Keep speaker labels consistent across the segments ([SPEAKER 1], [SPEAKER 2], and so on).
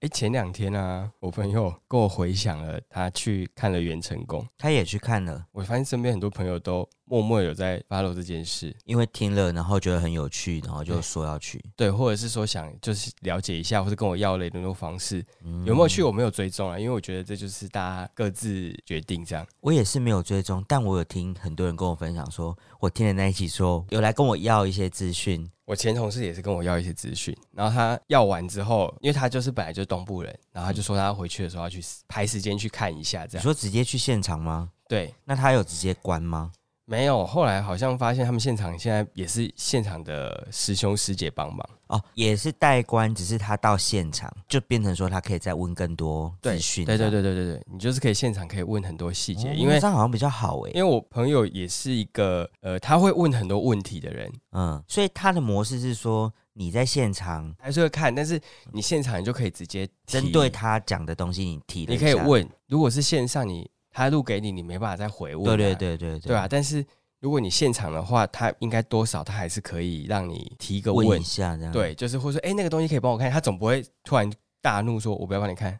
[SPEAKER 1] 哎，前两天啊，我朋友跟我回想了他去看了元成功，
[SPEAKER 2] 他也去看了，
[SPEAKER 1] 我发现身边很多朋友都默默有在 follow 这件事，
[SPEAKER 2] 因为听了，然后觉得很有趣，然后就
[SPEAKER 1] 对
[SPEAKER 2] 说要去。
[SPEAKER 1] 对，或者是说想就是了解一下，或是跟我要了联络方式，
[SPEAKER 2] 嗯
[SPEAKER 1] 有没有去？？我没有追踪啊，因为我觉得这就是大家各自决定这样。
[SPEAKER 2] 我也是没有追踪，但我有听很多人跟我分享说，我听的那一期说有来跟我要一些资讯，
[SPEAKER 1] 我前同事也是跟我要一些资讯，然后他要完之后，因为他就是本来就是东部人，然后他就说他回去的时候要去排时间去看一下这
[SPEAKER 2] 嗯你
[SPEAKER 1] 样。
[SPEAKER 2] 说直接去现场吗？
[SPEAKER 1] 对，
[SPEAKER 2] 那他有直接关吗？
[SPEAKER 1] 没有，后来好像发现他们现场现在也是现场的师兄师姐帮忙。
[SPEAKER 2] 哦，也是代关，只是他到现场就变成说他可以再问更多资讯。
[SPEAKER 1] 对对
[SPEAKER 2] 这样，
[SPEAKER 1] 对对对对，你就是可以现场可以问很多细节，
[SPEAKER 2] 哦
[SPEAKER 1] 因为
[SPEAKER 2] 这样好像比较好诶。
[SPEAKER 1] 因为我朋友也是一个呃，他会问很多问题的人，
[SPEAKER 2] 嗯，所以他的模式是说你在现场
[SPEAKER 1] 还是会看，但是你现场你就可以直接提
[SPEAKER 2] 针对，他讲的东西，你提了
[SPEAKER 1] 你
[SPEAKER 2] 一
[SPEAKER 1] 可以
[SPEAKER 2] 下。
[SPEAKER 1] 问。如果是线上你他录给你，你没办法再回问、
[SPEAKER 2] 对对。对对对，
[SPEAKER 1] 对啊，但是如果你现场的话，他应该多少他还是可以让你提一个问，
[SPEAKER 2] 问一下这样。，
[SPEAKER 1] 对，就是或者说哎、诶那个东西可以帮我看，他总不会突然大怒说我不要帮你看，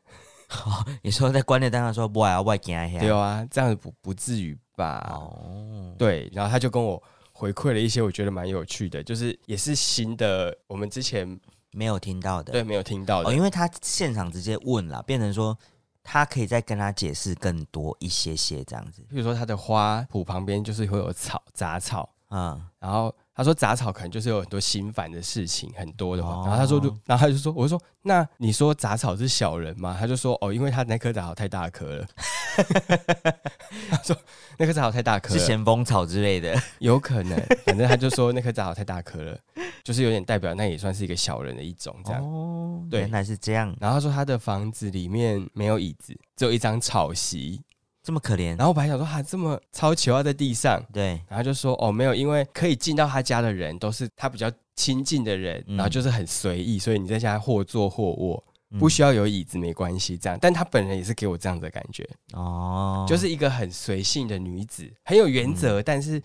[SPEAKER 2] 你说在关键当上说我要外惊一下。
[SPEAKER 1] 对啊，这样子不不至于吧？
[SPEAKER 2] 哦，
[SPEAKER 1] 对，然后他就跟我回馈了一些我觉得蛮有趣的，就是也是新的，我们之前
[SPEAKER 2] 没有听到的。
[SPEAKER 1] 对没有听到的，
[SPEAKER 2] 哦，因为他现场直接问了，变成说他可以再跟他解释更多一些些这样子。
[SPEAKER 1] 比如说他的花圃旁边就是会有草杂草，
[SPEAKER 2] 嗯，
[SPEAKER 1] 然后他说杂草可能就是有很多心烦的事情，很多的话。
[SPEAKER 2] 哦
[SPEAKER 1] 然后他说就，然后他就说，我就说，那你说杂草是小人吗？他就说，哦，因为他那棵杂草太大棵了。 他说那棵杂草太大棵
[SPEAKER 2] 是
[SPEAKER 1] 了，
[SPEAKER 2] 咸丰草之类的。
[SPEAKER 1] 有可能，反正他就说那棵杂草太大棵了，就是有点代表那也算是一个小人的一种这样。
[SPEAKER 2] 哦，
[SPEAKER 1] 对
[SPEAKER 2] 原来是这样，
[SPEAKER 1] 然后他说他的房子里面没有椅子，只有一张草席。
[SPEAKER 2] 这么可怜。
[SPEAKER 1] 然后我本来想说，哈、这么超球要在地上，
[SPEAKER 2] 对，
[SPEAKER 1] 然后就说哦没有，因为可以进到他家的人都是他比较亲近的人，
[SPEAKER 2] 嗯
[SPEAKER 1] 然后就是很随意，所以你在家或坐或卧，
[SPEAKER 2] 嗯
[SPEAKER 1] 不需要有椅子没关系这样。但他本人也是给我这样的感觉，
[SPEAKER 2] 哦，嗯
[SPEAKER 1] 就是一个很随性的女子，很有原则，但是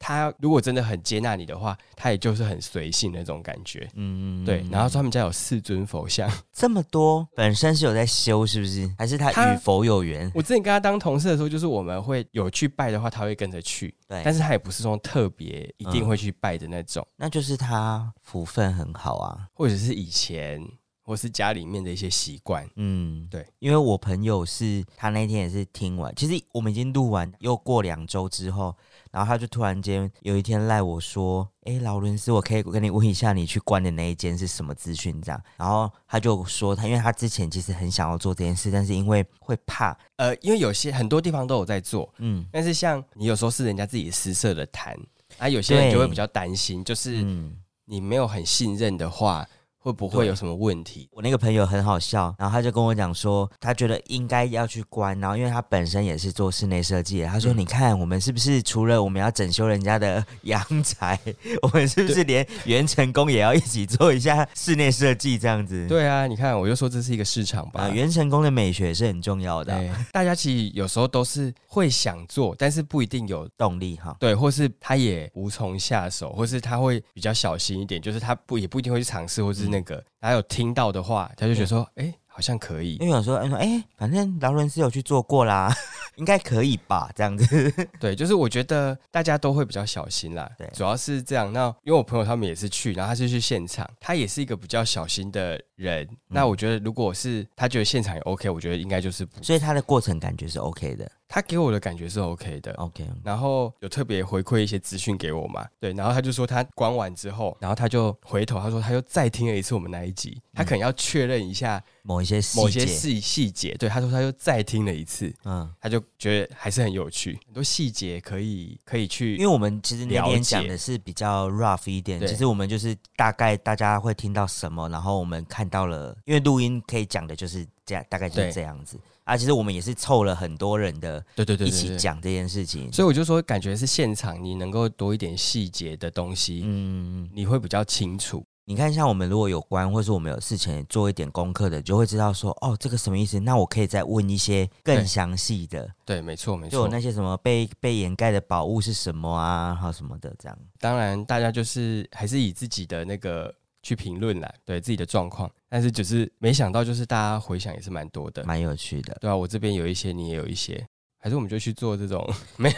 [SPEAKER 1] 她如果真的很接纳你的话，她也就是很随性的那种感觉。
[SPEAKER 2] 嗯
[SPEAKER 1] 对，然后说他们家有四尊佛像，
[SPEAKER 2] 这么多，本身是有在修，是不是？还是他
[SPEAKER 1] 他
[SPEAKER 2] 与佛有缘？
[SPEAKER 1] 我之前跟他当同事的时候，就是我们会有去拜的话，他会跟着去，
[SPEAKER 2] 对，嗯
[SPEAKER 1] 但是他也不是说特别一定会去拜的那种。
[SPEAKER 2] 那就是他福分很好啊。
[SPEAKER 1] 或者是以前，或是家里面的一些习惯。
[SPEAKER 2] 嗯，
[SPEAKER 1] 对，
[SPEAKER 2] 因为我朋友是他那天也是听完，其实我们已经录完，又过两周之后，然后他就突然间有一天赖我说：“诶，劳伦斯，我可以跟你问一下你去关的那一间是什么资讯？”这样，然后他就说他，因为他之前其实很想要做这件事，但是因为会怕，
[SPEAKER 1] 呃，因为有些很多地方都有在做，
[SPEAKER 2] 嗯
[SPEAKER 1] 但是像你有时候是人家自己私设的谈，啊，有些人
[SPEAKER 2] 对
[SPEAKER 1] 就会比较担心，就是
[SPEAKER 2] 嗯。
[SPEAKER 1] 你没有很信任的话，会不会
[SPEAKER 2] 对
[SPEAKER 1] 有什么问题？
[SPEAKER 2] 我那个朋友很好笑，然后他就跟我讲说，他觉得应该要去关，然后因为他本身也是做室内设计的，他说：“
[SPEAKER 1] 嗯
[SPEAKER 2] 你看，我们是不是除了我们要整修人家的阳台， 我们是不是连元成功也要一起做一下室内设计这样子？”
[SPEAKER 1] 对啊，你看，我就说这是一个市场吧
[SPEAKER 2] 啊，。元成功的美学是很重要的啊、
[SPEAKER 1] 对，大家其实有时候都是会想做，但是不一定有
[SPEAKER 2] 动力哈。
[SPEAKER 1] 对，或是他也无从下手，或是他会比较小心一点，就是他不也不一定会去尝试，或是那个、他有听到的话，他就觉得说，哎、好像可以，
[SPEAKER 2] 因为有时候哎说，哎，反正劳伦斯有去做过啦， 应该可以吧？这样子，
[SPEAKER 1] 对，就是我觉得大家都会比较小心啦。
[SPEAKER 2] 对
[SPEAKER 1] 主要是这样。那因为我朋友他们也是去，然后他是去现场，他也是一个比较小心的人。那我觉得如果是他觉得现场也 OK，我觉得应该就是不，
[SPEAKER 2] 所以他的过程感觉是 OK 的
[SPEAKER 1] 他给我的感觉是 OK 的。
[SPEAKER 2] ，OK，
[SPEAKER 1] 然后有特别回馈一些资讯给我嘛，对，然后他就说他关完之后，然后他就回头，他说他又再听了一次我们那一集，他可能要确认一下
[SPEAKER 2] 某一些细节，
[SPEAKER 1] 某些细细节，对，他说他又再听了一次，
[SPEAKER 2] 嗯。
[SPEAKER 1] 他就觉得还是很有趣，很多细节可以可以去
[SPEAKER 2] 因为我们其实那
[SPEAKER 1] 了解
[SPEAKER 2] 天讲的是比较 rough 一点，
[SPEAKER 1] 对
[SPEAKER 2] 其实我们就是大概大家会听到什么，然后我们看到了，因为录音可以讲的就是这样，大概就
[SPEAKER 1] 对
[SPEAKER 2] 是这样子啊。其实我们也是凑了很多人的
[SPEAKER 1] 对对对
[SPEAKER 2] 一
[SPEAKER 1] 对对
[SPEAKER 2] 起讲这件事情，
[SPEAKER 1] 所以我就说，感觉是现场你能够多一点细节的东西，
[SPEAKER 2] 嗯，
[SPEAKER 1] 你会比较清楚。
[SPEAKER 2] 你看像我们如果有关，或是我们有事前做一点功课的，就会知道说哦，这个什么意思？那我可以再问一些
[SPEAKER 1] 对
[SPEAKER 2] 更详细的，
[SPEAKER 1] 对，没错，没
[SPEAKER 2] 就有
[SPEAKER 1] 错。
[SPEAKER 2] 那些什么被被掩盖的宝物是什么啊，还有什么的这样。
[SPEAKER 1] 当然，大家就是还是以自己的那个去评论啦，对自己的状况。但是只是没想到，就是大家回想也是蛮多的，
[SPEAKER 2] 蛮有趣的。
[SPEAKER 1] 对啊，我这边有一些，你也有一些，还是我们就去做这种
[SPEAKER 2] 媒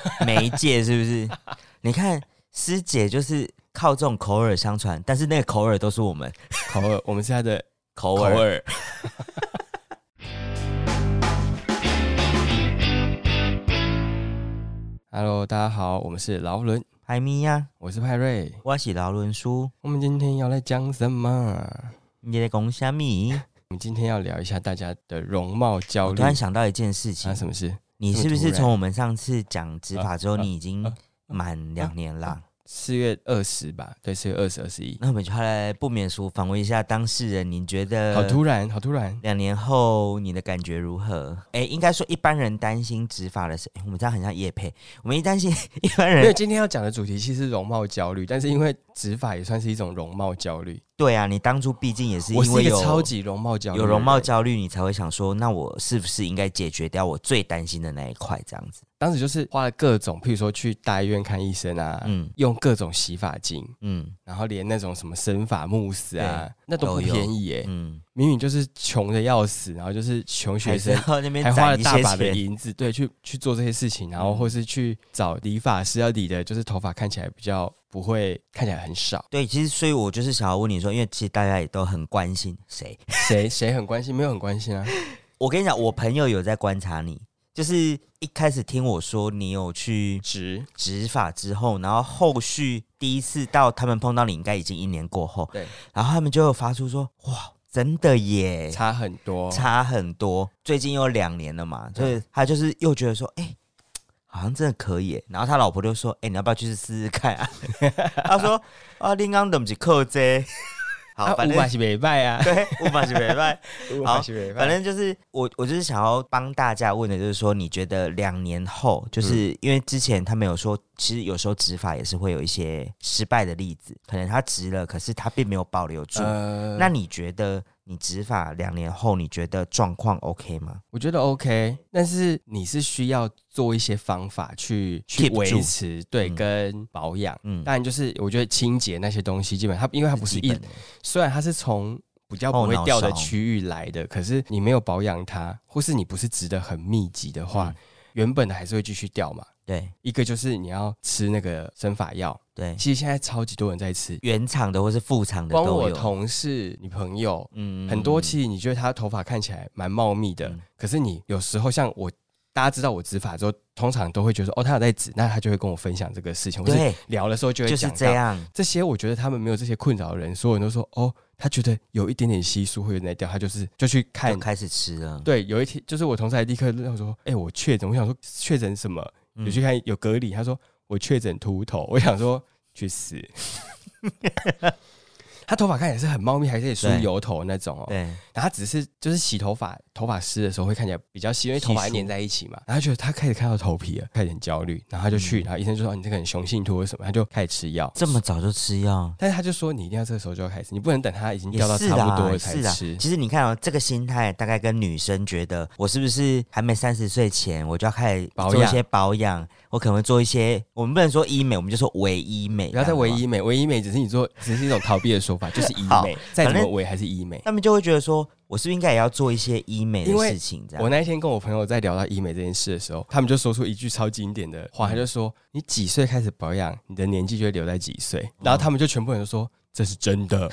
[SPEAKER 2] 介是 不是？你看师姐就是靠这种口耳相传，但是那个口耳都是我们
[SPEAKER 1] 口耳，我们是他的
[SPEAKER 2] 口
[SPEAKER 1] 口
[SPEAKER 2] 耳。
[SPEAKER 1] 耳。Hello，大家好，我们是劳伦，
[SPEAKER 2] 海咪呀、
[SPEAKER 1] 我是派瑞。
[SPEAKER 2] 我是劳伦叔，
[SPEAKER 1] 我们今天要来讲什么？
[SPEAKER 2] 你在讲虾米？
[SPEAKER 1] 我们今天要聊一下大家的容貌焦
[SPEAKER 2] 我
[SPEAKER 1] 虑
[SPEAKER 2] 突然想到一件事情
[SPEAKER 1] 啊，，什么事？
[SPEAKER 2] 你
[SPEAKER 1] 这么
[SPEAKER 2] 是不
[SPEAKER 1] 突
[SPEAKER 2] 是
[SPEAKER 1] 然
[SPEAKER 2] 从我们上次讲执法之后，
[SPEAKER 1] 啊啊
[SPEAKER 2] 你已经
[SPEAKER 1] 啊
[SPEAKER 2] 满两年啦？
[SPEAKER 1] 四月二十吧，对，四月二十、二十一，
[SPEAKER 2] 那我们就来不免俗访问一下当事人，你觉
[SPEAKER 1] 好
[SPEAKER 2] 得
[SPEAKER 1] 突然，好突然。
[SPEAKER 2] 两年后你的感觉如何？哎，应该说一般人担心执法的是，诶我们这样很像叶佩，我们一担心 一般
[SPEAKER 1] 因为
[SPEAKER 2] 人，
[SPEAKER 1] 今天要讲的主题其实是容貌焦虑，但是因为执法也算是一种容貌焦虑。
[SPEAKER 2] 对啊，你当初毕竟也是
[SPEAKER 1] 我
[SPEAKER 2] 因
[SPEAKER 1] 是
[SPEAKER 2] 为
[SPEAKER 1] 一个
[SPEAKER 2] 有
[SPEAKER 1] 超级容貌焦虑的
[SPEAKER 2] 有
[SPEAKER 1] 人，
[SPEAKER 2] 容貌焦虑，你才会想说，那我是不是应该解决掉我最担心的那一块？这样子，
[SPEAKER 1] 当时就是花了各种，譬如说去大医院看医生啊，
[SPEAKER 2] 嗯
[SPEAKER 1] 用各种洗发精，
[SPEAKER 2] 嗯
[SPEAKER 1] 然后连那种什么生发慕斯啊，那都不
[SPEAKER 2] 都有
[SPEAKER 1] 便宜耶、
[SPEAKER 2] 嗯，
[SPEAKER 1] 明明就是穷的要死，然后就是穷学
[SPEAKER 2] 还是
[SPEAKER 1] 生，
[SPEAKER 2] 要那边
[SPEAKER 1] 还花了
[SPEAKER 2] 攒一
[SPEAKER 1] 大
[SPEAKER 2] 些
[SPEAKER 1] 把的
[SPEAKER 2] 钱，
[SPEAKER 1] 银子，对，去去做这些事情，然后
[SPEAKER 2] 嗯
[SPEAKER 1] 或是去找理发师要理的，就是头发看起来比较不会看起来很少。
[SPEAKER 2] 对，其实所以我就是想要问你说，因为其实大家也都很关心谁。
[SPEAKER 1] 谁谁很关心？没有很关心啊。
[SPEAKER 2] 我跟你讲，我朋友有在观察你，就是一开始听我说你有去
[SPEAKER 1] 直
[SPEAKER 2] 执法之后，然后后续第一次到他们碰到你，应该已经一年过后，
[SPEAKER 1] 对，
[SPEAKER 2] 然后他们就有发出说，哇，真的耶，
[SPEAKER 1] 差很多，
[SPEAKER 2] 差很多。最近有两年了嘛，所
[SPEAKER 1] 哦对啊
[SPEAKER 2] 以他就是又觉得说，哎、好像真的可以耶。然后他老婆就说，哎、你要不要去试试看啊？ 他说，啊，林刚等不起扣这，好，
[SPEAKER 1] 啊，
[SPEAKER 2] 反
[SPEAKER 1] 五
[SPEAKER 2] 正、
[SPEAKER 1] 百是没败 啊，
[SPEAKER 2] 对，我把是没办。
[SPEAKER 1] 五
[SPEAKER 2] 好
[SPEAKER 1] 百是没败。
[SPEAKER 2] 反正就是我，我就是想要帮大家问的，就是说，你觉得两年后，
[SPEAKER 1] 嗯
[SPEAKER 2] 就是、因为之前他们有说，其实有时候执法也是会有一些失败的例子，可能他执了，可是他并没有保留住。
[SPEAKER 1] 呃，
[SPEAKER 2] 那你觉得你执法两年后，你觉得状况 OK 吗？
[SPEAKER 1] 我觉得 OK，但是你是需要做一些方法去去
[SPEAKER 2] Keep 住
[SPEAKER 1] 维持，对，
[SPEAKER 2] 嗯
[SPEAKER 1] 跟保养。
[SPEAKER 2] 嗯，
[SPEAKER 1] 当然，就是我觉得清洁那些东西，基本它因为它不是
[SPEAKER 2] 基
[SPEAKER 1] 一
[SPEAKER 2] 本，的
[SPEAKER 1] 虽然它是从比较不
[SPEAKER 2] 后
[SPEAKER 1] 会
[SPEAKER 2] 脑
[SPEAKER 1] 掉的
[SPEAKER 2] 勺
[SPEAKER 1] 区域来的，可是你没有保养它，或是你不是植的很密集的话
[SPEAKER 2] 嗯，
[SPEAKER 1] 原本的还是会继续掉嘛。
[SPEAKER 2] 对
[SPEAKER 1] 一个就是你要吃那个生发药，
[SPEAKER 2] 对，
[SPEAKER 1] 其实现在超级多人在吃，
[SPEAKER 2] 原厂的或是副厂的
[SPEAKER 1] 光
[SPEAKER 2] 都
[SPEAKER 1] 我
[SPEAKER 2] 有，
[SPEAKER 1] 同事、你朋友
[SPEAKER 2] 嗯
[SPEAKER 1] 很多，其实你觉得他头发看起来蛮茂密的，
[SPEAKER 2] 嗯
[SPEAKER 1] 可是你有时候像我，大家知道我植发之后，通常都会觉得说哦，他有在植，那他就会跟我分享这个事情，或是
[SPEAKER 2] 对，
[SPEAKER 1] 聊的时候就会
[SPEAKER 2] 就
[SPEAKER 1] 讲
[SPEAKER 2] 是
[SPEAKER 1] 到
[SPEAKER 2] 这。样，
[SPEAKER 1] 这些我觉得他们没有这些困扰的人，所有人都说哦，他觉得有一点点稀疏会有点在掉，他就是就去看
[SPEAKER 2] 就。开始吃了，
[SPEAKER 1] 哎对，有一天就是我同事还立刻让我说，哎、我确诊，我想说确诊什么？
[SPEAKER 2] 嗯
[SPEAKER 1] 有去看有隔离，他说我确诊秃头，我想说去死。 他头发看起来是很茂密，还是也梳
[SPEAKER 2] 对
[SPEAKER 1] 油头那种哦。
[SPEAKER 2] 对，
[SPEAKER 1] 然后他只是就是洗头发，头发湿的时候会看起来比较稀，因为
[SPEAKER 2] 稀
[SPEAKER 1] 头发
[SPEAKER 2] 疏
[SPEAKER 1] 粘在一起嘛。然后他觉得他开始看到头皮了，开始很焦虑，然后他就去，
[SPEAKER 2] 嗯
[SPEAKER 1] 然后医生就说、哦你这个很雄性秃或什么，他就开始吃药。
[SPEAKER 2] 这么早就吃药，
[SPEAKER 1] 但是他就说你一定要这个时候就要开始，你不能等他已经
[SPEAKER 2] 也
[SPEAKER 1] 掉到
[SPEAKER 2] 是
[SPEAKER 1] 差不多
[SPEAKER 2] 啦
[SPEAKER 1] 了才
[SPEAKER 2] 是啦
[SPEAKER 1] 吃。
[SPEAKER 2] 其实你看哦，这个心态大概跟女生觉得，我是不是还没三十岁前，我就要开始
[SPEAKER 1] 保
[SPEAKER 2] 做一
[SPEAKER 1] 养
[SPEAKER 2] 些保养？我可能会做一些，我们不能说医美，我们就说微医美。
[SPEAKER 1] 不要再
[SPEAKER 2] 这样
[SPEAKER 1] 唯
[SPEAKER 2] 好吗。
[SPEAKER 1] 医美，唯医美只是你做，只是一种逃避的说法，就是医
[SPEAKER 2] 好
[SPEAKER 1] 美，再怎
[SPEAKER 2] 反
[SPEAKER 1] 么
[SPEAKER 2] 正
[SPEAKER 1] 唯还是医美。
[SPEAKER 2] 他们就会觉得说，我是不是应该也要做一些医美的
[SPEAKER 1] 因为
[SPEAKER 2] 事情？这
[SPEAKER 1] 我
[SPEAKER 2] 样，
[SPEAKER 1] 那一天跟我朋友在聊到医美这件事的时候，他们就说出一句超经典的话，他就说：“你
[SPEAKER 2] 嗯
[SPEAKER 1] 几岁开始保养，你的年纪就会留在几岁。”然后他们就全部人都说：“这是真 的。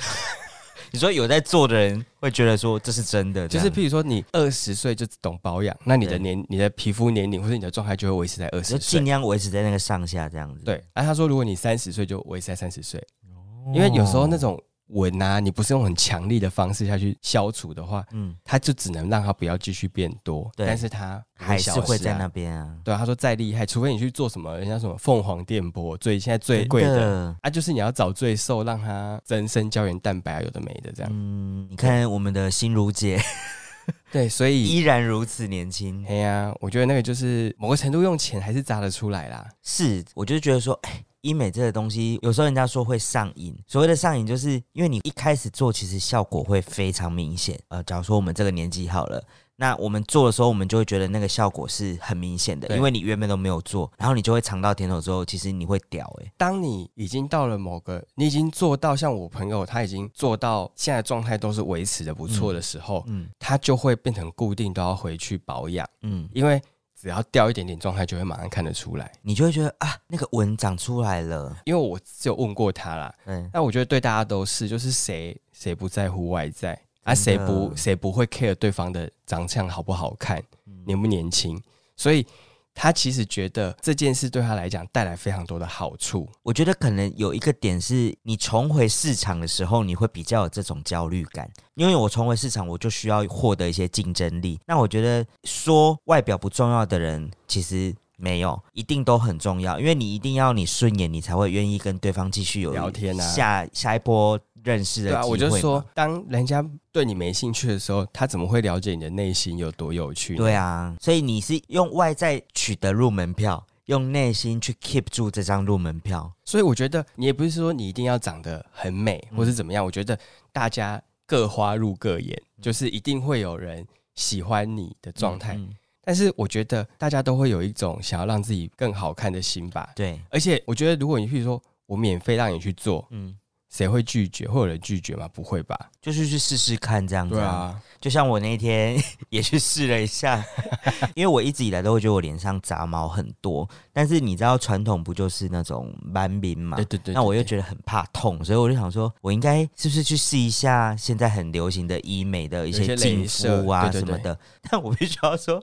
[SPEAKER 2] 你说有在做的人会觉得说这是真的，”
[SPEAKER 1] 就
[SPEAKER 2] 这
[SPEAKER 1] 是
[SPEAKER 2] 样
[SPEAKER 1] 譬如说你二十岁就懂保养，那你的
[SPEAKER 2] 对
[SPEAKER 1] 年、你的皮肤年龄或者你的状态就会维持在二
[SPEAKER 2] 就
[SPEAKER 1] 十
[SPEAKER 2] 尽
[SPEAKER 1] 岁。
[SPEAKER 2] 量维持在那个上下这样子。
[SPEAKER 1] 对，啊，他说如果你三十岁就维持在三十岁，
[SPEAKER 2] 哦，
[SPEAKER 1] 因为有时候那种纹啊，你不是用很强力的方式下去消除的话，
[SPEAKER 2] 嗯，
[SPEAKER 1] 它就只能让它不要继续变多，
[SPEAKER 2] 对
[SPEAKER 1] 但是它不
[SPEAKER 2] 还是
[SPEAKER 1] 消
[SPEAKER 2] 会
[SPEAKER 1] 失
[SPEAKER 2] 在
[SPEAKER 1] 啊
[SPEAKER 2] 那边啊，
[SPEAKER 1] 对啊，他说再厉害，除非你去做什么，人家什么凤凰电波，最现在最贵
[SPEAKER 2] 真
[SPEAKER 1] 的啊，就是你要找最瘦，让它增生胶原蛋白啊，有的没的这样。
[SPEAKER 2] 嗯，你看我们的心 如姐
[SPEAKER 1] 对，所以
[SPEAKER 2] 依然如此年轻。
[SPEAKER 1] 哎呀、我觉得那个就是某个程度用钱还是砸得出来啦。
[SPEAKER 2] 是，我就觉得说，哎、医美这个东西，有时候人家说会上瘾，所谓的上瘾，就是因为你一开始做，其实效果会非常明显。呃，假如说我们这个年纪好了。那我们做的时候，我们就会觉得那个效果是很明显的，
[SPEAKER 1] 对
[SPEAKER 2] 因为你原本都没有做，然后你就会尝到甜头之后，其实你会屌哎、欸
[SPEAKER 1] 当你已经到了某个，你已经做到像我朋友，他已经做到现在状态都是维持的不错的时候，
[SPEAKER 2] 嗯
[SPEAKER 1] 他就会变成固定都要回去保养，
[SPEAKER 2] 嗯，
[SPEAKER 1] 因为只要掉一点点状态，就会马上看得出来。
[SPEAKER 2] 你就会觉得啊，那个纹长出来了，
[SPEAKER 1] 因为我只有问过他啦，
[SPEAKER 2] 嗯，
[SPEAKER 1] 但我觉得对大家都是，就是谁谁不在乎外在啊，
[SPEAKER 2] 真
[SPEAKER 1] 谁
[SPEAKER 2] 的
[SPEAKER 1] 不谁不会 care 对方的长相好不好看，
[SPEAKER 2] 嗯
[SPEAKER 1] 年不年轻，所以他其实觉得这件事对他来讲带来非常多的好处。
[SPEAKER 2] 我觉得可能有一个点是，你重回市场的时候，你会比较有这种焦虑感，因为我重回市场，我就需要获得一些竞争力。那我觉得说外表不重要的人，其实。没有，一定都很重要，因为你一定要你顺眼，你才会愿意跟对方继续有
[SPEAKER 1] 聊天啊
[SPEAKER 2] 下下一波认识的
[SPEAKER 1] 对
[SPEAKER 2] 机会
[SPEAKER 1] 啊，
[SPEAKER 2] 嘛。
[SPEAKER 1] 我就说，当人家对你没兴趣的时候，他怎么会了解你的内心有多有趣？
[SPEAKER 2] 对啊，所以你是用外在取得入门票，用内心去 keep 住这张入门票。
[SPEAKER 1] 所以我觉得你也不是说你一定要长得很美，
[SPEAKER 2] 嗯
[SPEAKER 1] 或是怎么样。我觉得大家各花入各眼，就是一定会有人喜欢你的状态。
[SPEAKER 2] 嗯嗯嗯
[SPEAKER 1] 但是我觉得大家都会有一种想要让自己更好看的心吧。
[SPEAKER 2] 对，
[SPEAKER 1] 而且我觉得，如果你譬如说我免费让你去做，
[SPEAKER 2] 嗯，
[SPEAKER 1] 谁会拒绝？会有人拒绝吗？不会吧？
[SPEAKER 2] 就是去试试看这样子、，，啊
[SPEAKER 1] 啊
[SPEAKER 2] 就像我那天 也去试了一下， 因为我一直以来都会觉得我脸上杂毛很多，但是你知道传统不就是那种蛮民嘛
[SPEAKER 1] 对？对对。
[SPEAKER 2] 啊那我又
[SPEAKER 1] 得
[SPEAKER 2] 觉得很怕痛，所以我就想说，我应该是不是去试一下现在很流行的医美的一
[SPEAKER 1] 有
[SPEAKER 2] 些
[SPEAKER 1] 一些
[SPEAKER 2] 净
[SPEAKER 1] 镭射
[SPEAKER 2] 肤啊
[SPEAKER 1] 对对
[SPEAKER 2] 什么
[SPEAKER 1] 对
[SPEAKER 2] 的？但我必须要说，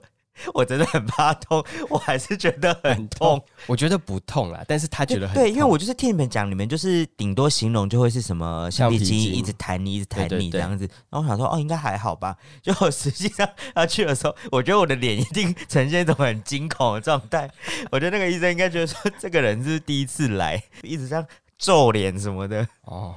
[SPEAKER 2] 我真的很怕痛，我还是觉得很痛。，
[SPEAKER 1] 我觉得不痛啦，但是他觉得很
[SPEAKER 2] 对，因为
[SPEAKER 1] 痛
[SPEAKER 2] 我就是听你们讲，你们就是顶多形容就会是什么
[SPEAKER 1] 橡
[SPEAKER 2] 橡皮
[SPEAKER 1] 皮
[SPEAKER 2] 筋
[SPEAKER 1] 筋
[SPEAKER 2] 一直弹你，一直弹
[SPEAKER 1] 对对
[SPEAKER 2] 你这
[SPEAKER 1] 对
[SPEAKER 2] 样子。然后我想说，哦，应该还好吧。 就我实际上他去的时候，我觉得我的脸一定呈现一种很惊恐的状态。我觉得那个医生应该觉得说，这个人是不是第一次来，一直这样皱脸什么的。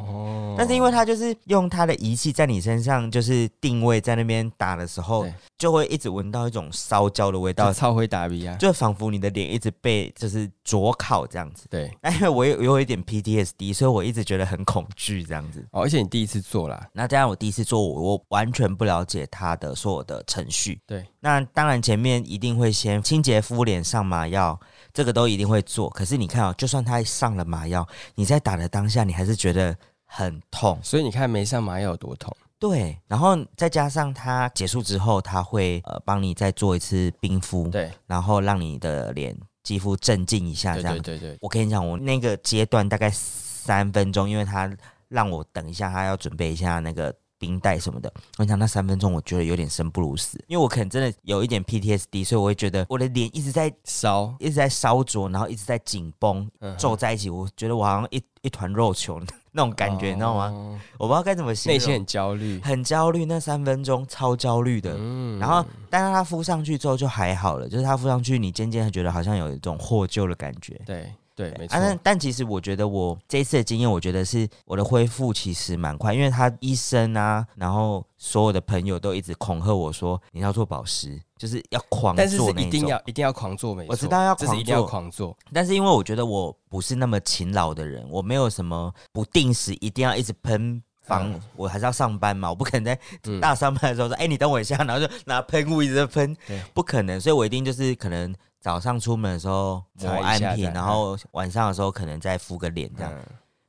[SPEAKER 1] 哦
[SPEAKER 2] 但是因为他就是用他的仪器在你身上，就是定位在那边打的时候
[SPEAKER 1] 对，
[SPEAKER 2] 就会一直闻到一种烧焦的味道
[SPEAKER 1] 到，超会打比啊，
[SPEAKER 2] 就仿佛你的脸一直被就是灼烤这样子。
[SPEAKER 1] 对
[SPEAKER 2] 那因为我有有一点 PTSD，所以我一直觉得很恐惧这样子。
[SPEAKER 1] 哦，而且你第一次做啦，
[SPEAKER 2] 那加上我第一次做，我我完全不了解它的所有的程序。
[SPEAKER 1] 对，
[SPEAKER 2] 那当然前面一定会先清洁敷脸上麻药，这个都一定会做。可是你看哦，就算他上了麻药，你在打的当下，你还是觉得很痛。
[SPEAKER 1] 所以你看没上麻药有多痛，
[SPEAKER 2] 对，然后再加上它结束之后，他会呃帮你再做一次冰敷，
[SPEAKER 1] 对
[SPEAKER 2] 然后让你的脸肌肤镇静一下啊这
[SPEAKER 1] 对
[SPEAKER 2] 样
[SPEAKER 1] 对对对，
[SPEAKER 2] 我跟你讲，我那个阶段大概三分钟，因为他让我等一下，他要准备一下那个冰袋什么的。我跟你讲那三分钟，我觉得有点生不如死，因为我可能真的有一点 PTSD，所以我会觉得我的脸一直在
[SPEAKER 1] 烧
[SPEAKER 2] 一直在烧灼，然后一直在紧绷
[SPEAKER 1] 嗯哼
[SPEAKER 2] 皱在一起，我觉得我好像一一团肉球那种感觉，你知道吗？
[SPEAKER 1] 吗？
[SPEAKER 2] 我不知道该怎么形
[SPEAKER 1] 哦内心
[SPEAKER 2] 容，
[SPEAKER 1] 很焦虑，
[SPEAKER 2] 很焦虑，那三分钟超焦虑的。
[SPEAKER 1] 嗯
[SPEAKER 2] 然后，但是它敷上去之后就还好了，就是它敷上去，你渐渐觉得好像有一种获救的感觉。
[SPEAKER 1] 对对，没
[SPEAKER 2] 啊，但
[SPEAKER 1] 错，
[SPEAKER 2] 但其实我觉得我这一次的经验，我觉得是我的恢复其实蛮快，因为他医生啊，然后所有的朋友都一直恐吓我说你要做保湿，就是要狂
[SPEAKER 1] 但是是
[SPEAKER 2] 做那
[SPEAKER 1] 一
[SPEAKER 2] 一
[SPEAKER 1] 定
[SPEAKER 2] 种。
[SPEAKER 1] 要一定要狂做，没错，
[SPEAKER 2] 我知道要
[SPEAKER 1] 这是一定要
[SPEAKER 2] 狂做
[SPEAKER 1] 狂做，
[SPEAKER 2] 但是因为我觉得我不是那么勤劳的人，我没有什么不定时一定要一直喷。防，
[SPEAKER 1] 嗯
[SPEAKER 2] 我还是要上班嘛，我不可能在
[SPEAKER 1] 嗯
[SPEAKER 2] 大上班的时候说，哎、你等我一下，然后就拿喷雾一直在喷
[SPEAKER 1] 对，
[SPEAKER 2] 不可能，所以我一定就是可能早上出门的时候抹
[SPEAKER 1] 擦一
[SPEAKER 2] 安
[SPEAKER 1] 下
[SPEAKER 2] 瓶，
[SPEAKER 1] 再
[SPEAKER 2] 然后晚上的时候可能再敷个脸这样，
[SPEAKER 1] 嗯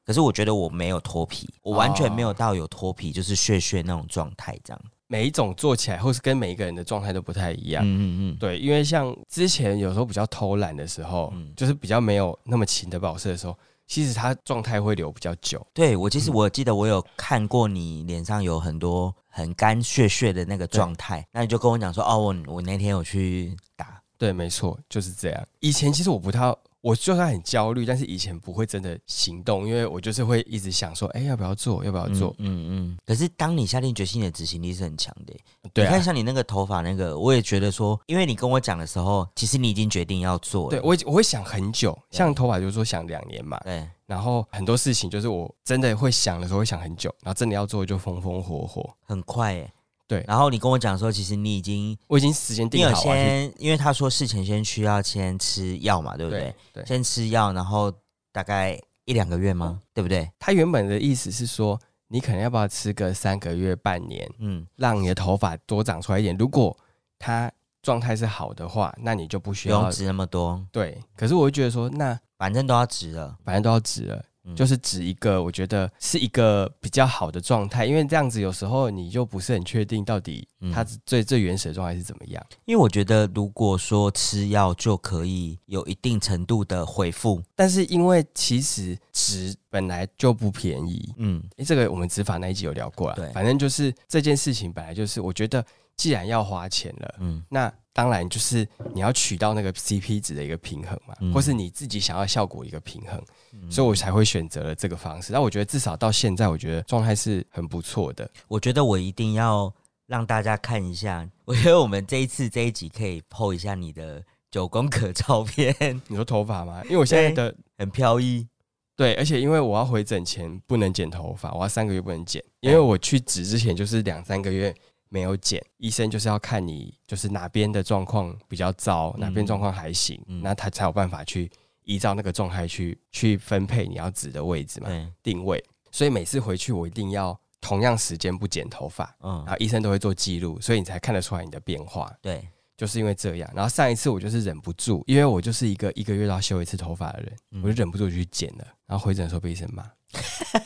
[SPEAKER 2] 可是我觉得我没有脱皮，我完全
[SPEAKER 1] 哦
[SPEAKER 2] 没有到有脱皮，就是屑屑那种状态这样。
[SPEAKER 1] 每一种做起来，或是跟每一个人的状态都不太一样。
[SPEAKER 2] 嗯嗯嗯，
[SPEAKER 1] 对，因为像之前有时候比较偷懒的时候，
[SPEAKER 2] 嗯
[SPEAKER 1] 就是比较没有那么勤的保湿的时候，其实它状态会留比较久。
[SPEAKER 2] 对我
[SPEAKER 1] 嗯
[SPEAKER 2] 其实我记得我有看过你脸上有很多很干屑屑的那个状态，那你就跟我讲说，哦，我我那天有去打，
[SPEAKER 1] 对，没错，就是这样。以前其实我不太，我就算很焦虑，但是以前不会真的行动，因为我就是会一直想说，哎、要不要做，要不要做？
[SPEAKER 2] 嗯嗯嗯。可是当你下定决心，你的执行力是很强的耶。
[SPEAKER 1] 对
[SPEAKER 2] 你看
[SPEAKER 1] 啊，
[SPEAKER 2] 像你那个头发那个，我也觉得说，因为你跟我讲的时候，其实你已经决定要做
[SPEAKER 1] 对
[SPEAKER 2] 了。
[SPEAKER 1] 我我会想很久，
[SPEAKER 2] 对
[SPEAKER 1] 像头发就是说想两年嘛，
[SPEAKER 2] 对
[SPEAKER 1] 然后很多事情就是我真的会想的时候会想很久，然后真的要做就风风火火。
[SPEAKER 2] 很快耶。
[SPEAKER 1] 对
[SPEAKER 2] 然后你跟我讲说，其实你已经
[SPEAKER 1] 我已经时间
[SPEAKER 2] 你
[SPEAKER 1] 定
[SPEAKER 2] 有
[SPEAKER 1] 好啊了，
[SPEAKER 2] 先，因为他说事前先需要先吃药嘛，对不对？
[SPEAKER 1] 对对哦
[SPEAKER 2] 先吃药，然后大概一两个月吗？对不对？
[SPEAKER 1] 他原本的意思是说，你可能要不要吃个三个月、半年，
[SPEAKER 2] 嗯，
[SPEAKER 1] 让你的头发多长出来一点。如果它状态是好的话，那你就不需
[SPEAKER 2] 不用
[SPEAKER 1] 要
[SPEAKER 2] 植那么多，
[SPEAKER 1] 对。可是我会觉得说，那
[SPEAKER 2] 反正都要植了。
[SPEAKER 1] 反正都要植了。
[SPEAKER 2] 嗯
[SPEAKER 1] 就是指一个，我觉得是一个比较好的状态，因为这样子有时候你就不是很确定到底
[SPEAKER 2] 嗯
[SPEAKER 1] 它最最原始的状态是怎么样。
[SPEAKER 2] 因为我觉得，如果说吃药就可以有一定程度的回复，
[SPEAKER 1] 但是因为其实植本来就不便宜，
[SPEAKER 2] 嗯，
[SPEAKER 1] 诶，这个我们植法那一集有聊过了。
[SPEAKER 2] 对
[SPEAKER 1] 反正就是这件事情本来就是，我觉得既然要花钱了，
[SPEAKER 2] 嗯，
[SPEAKER 1] 那当然就是你要取到那个 CP 值的一个平衡嘛，
[SPEAKER 2] 嗯
[SPEAKER 1] 或是你自己想要效果一个平衡，
[SPEAKER 2] 嗯
[SPEAKER 1] 所以我才会选择了这个方式。那我觉得至少到现在，我觉得状态是很不错的。
[SPEAKER 2] 我觉得我一定要让大家看一下。 我觉得我们这一次这一集可以 PO 一下你的九宫格照片，
[SPEAKER 1] 你说头发吗？因为我现在的
[SPEAKER 2] 很飘逸。
[SPEAKER 1] 对，而且因为我要回诊前不能剪头发，我要三个月不能剪，
[SPEAKER 2] 哎
[SPEAKER 1] 因为我去植之前就是两三个月没有剪，医生就是要看你就是哪边的状况比较糟，
[SPEAKER 2] 嗯
[SPEAKER 1] 哪边状况还行，
[SPEAKER 2] 嗯
[SPEAKER 1] 那他才有办法去依照那个状态去去分配你要植的位置嘛，
[SPEAKER 2] 对，
[SPEAKER 1] 定位。所以每次回去我一定要同样时间不剪头发，
[SPEAKER 2] 嗯
[SPEAKER 1] 然，后医生都会做记录，所以你才看得出来你的变化。
[SPEAKER 2] 对，
[SPEAKER 1] 就是因为这样，然后上一次我就是忍不住，因为我就是一个一个月都要修一次头发的人，
[SPEAKER 2] 嗯
[SPEAKER 1] 我就忍不住去剪了，然后回诊的时候被医生骂，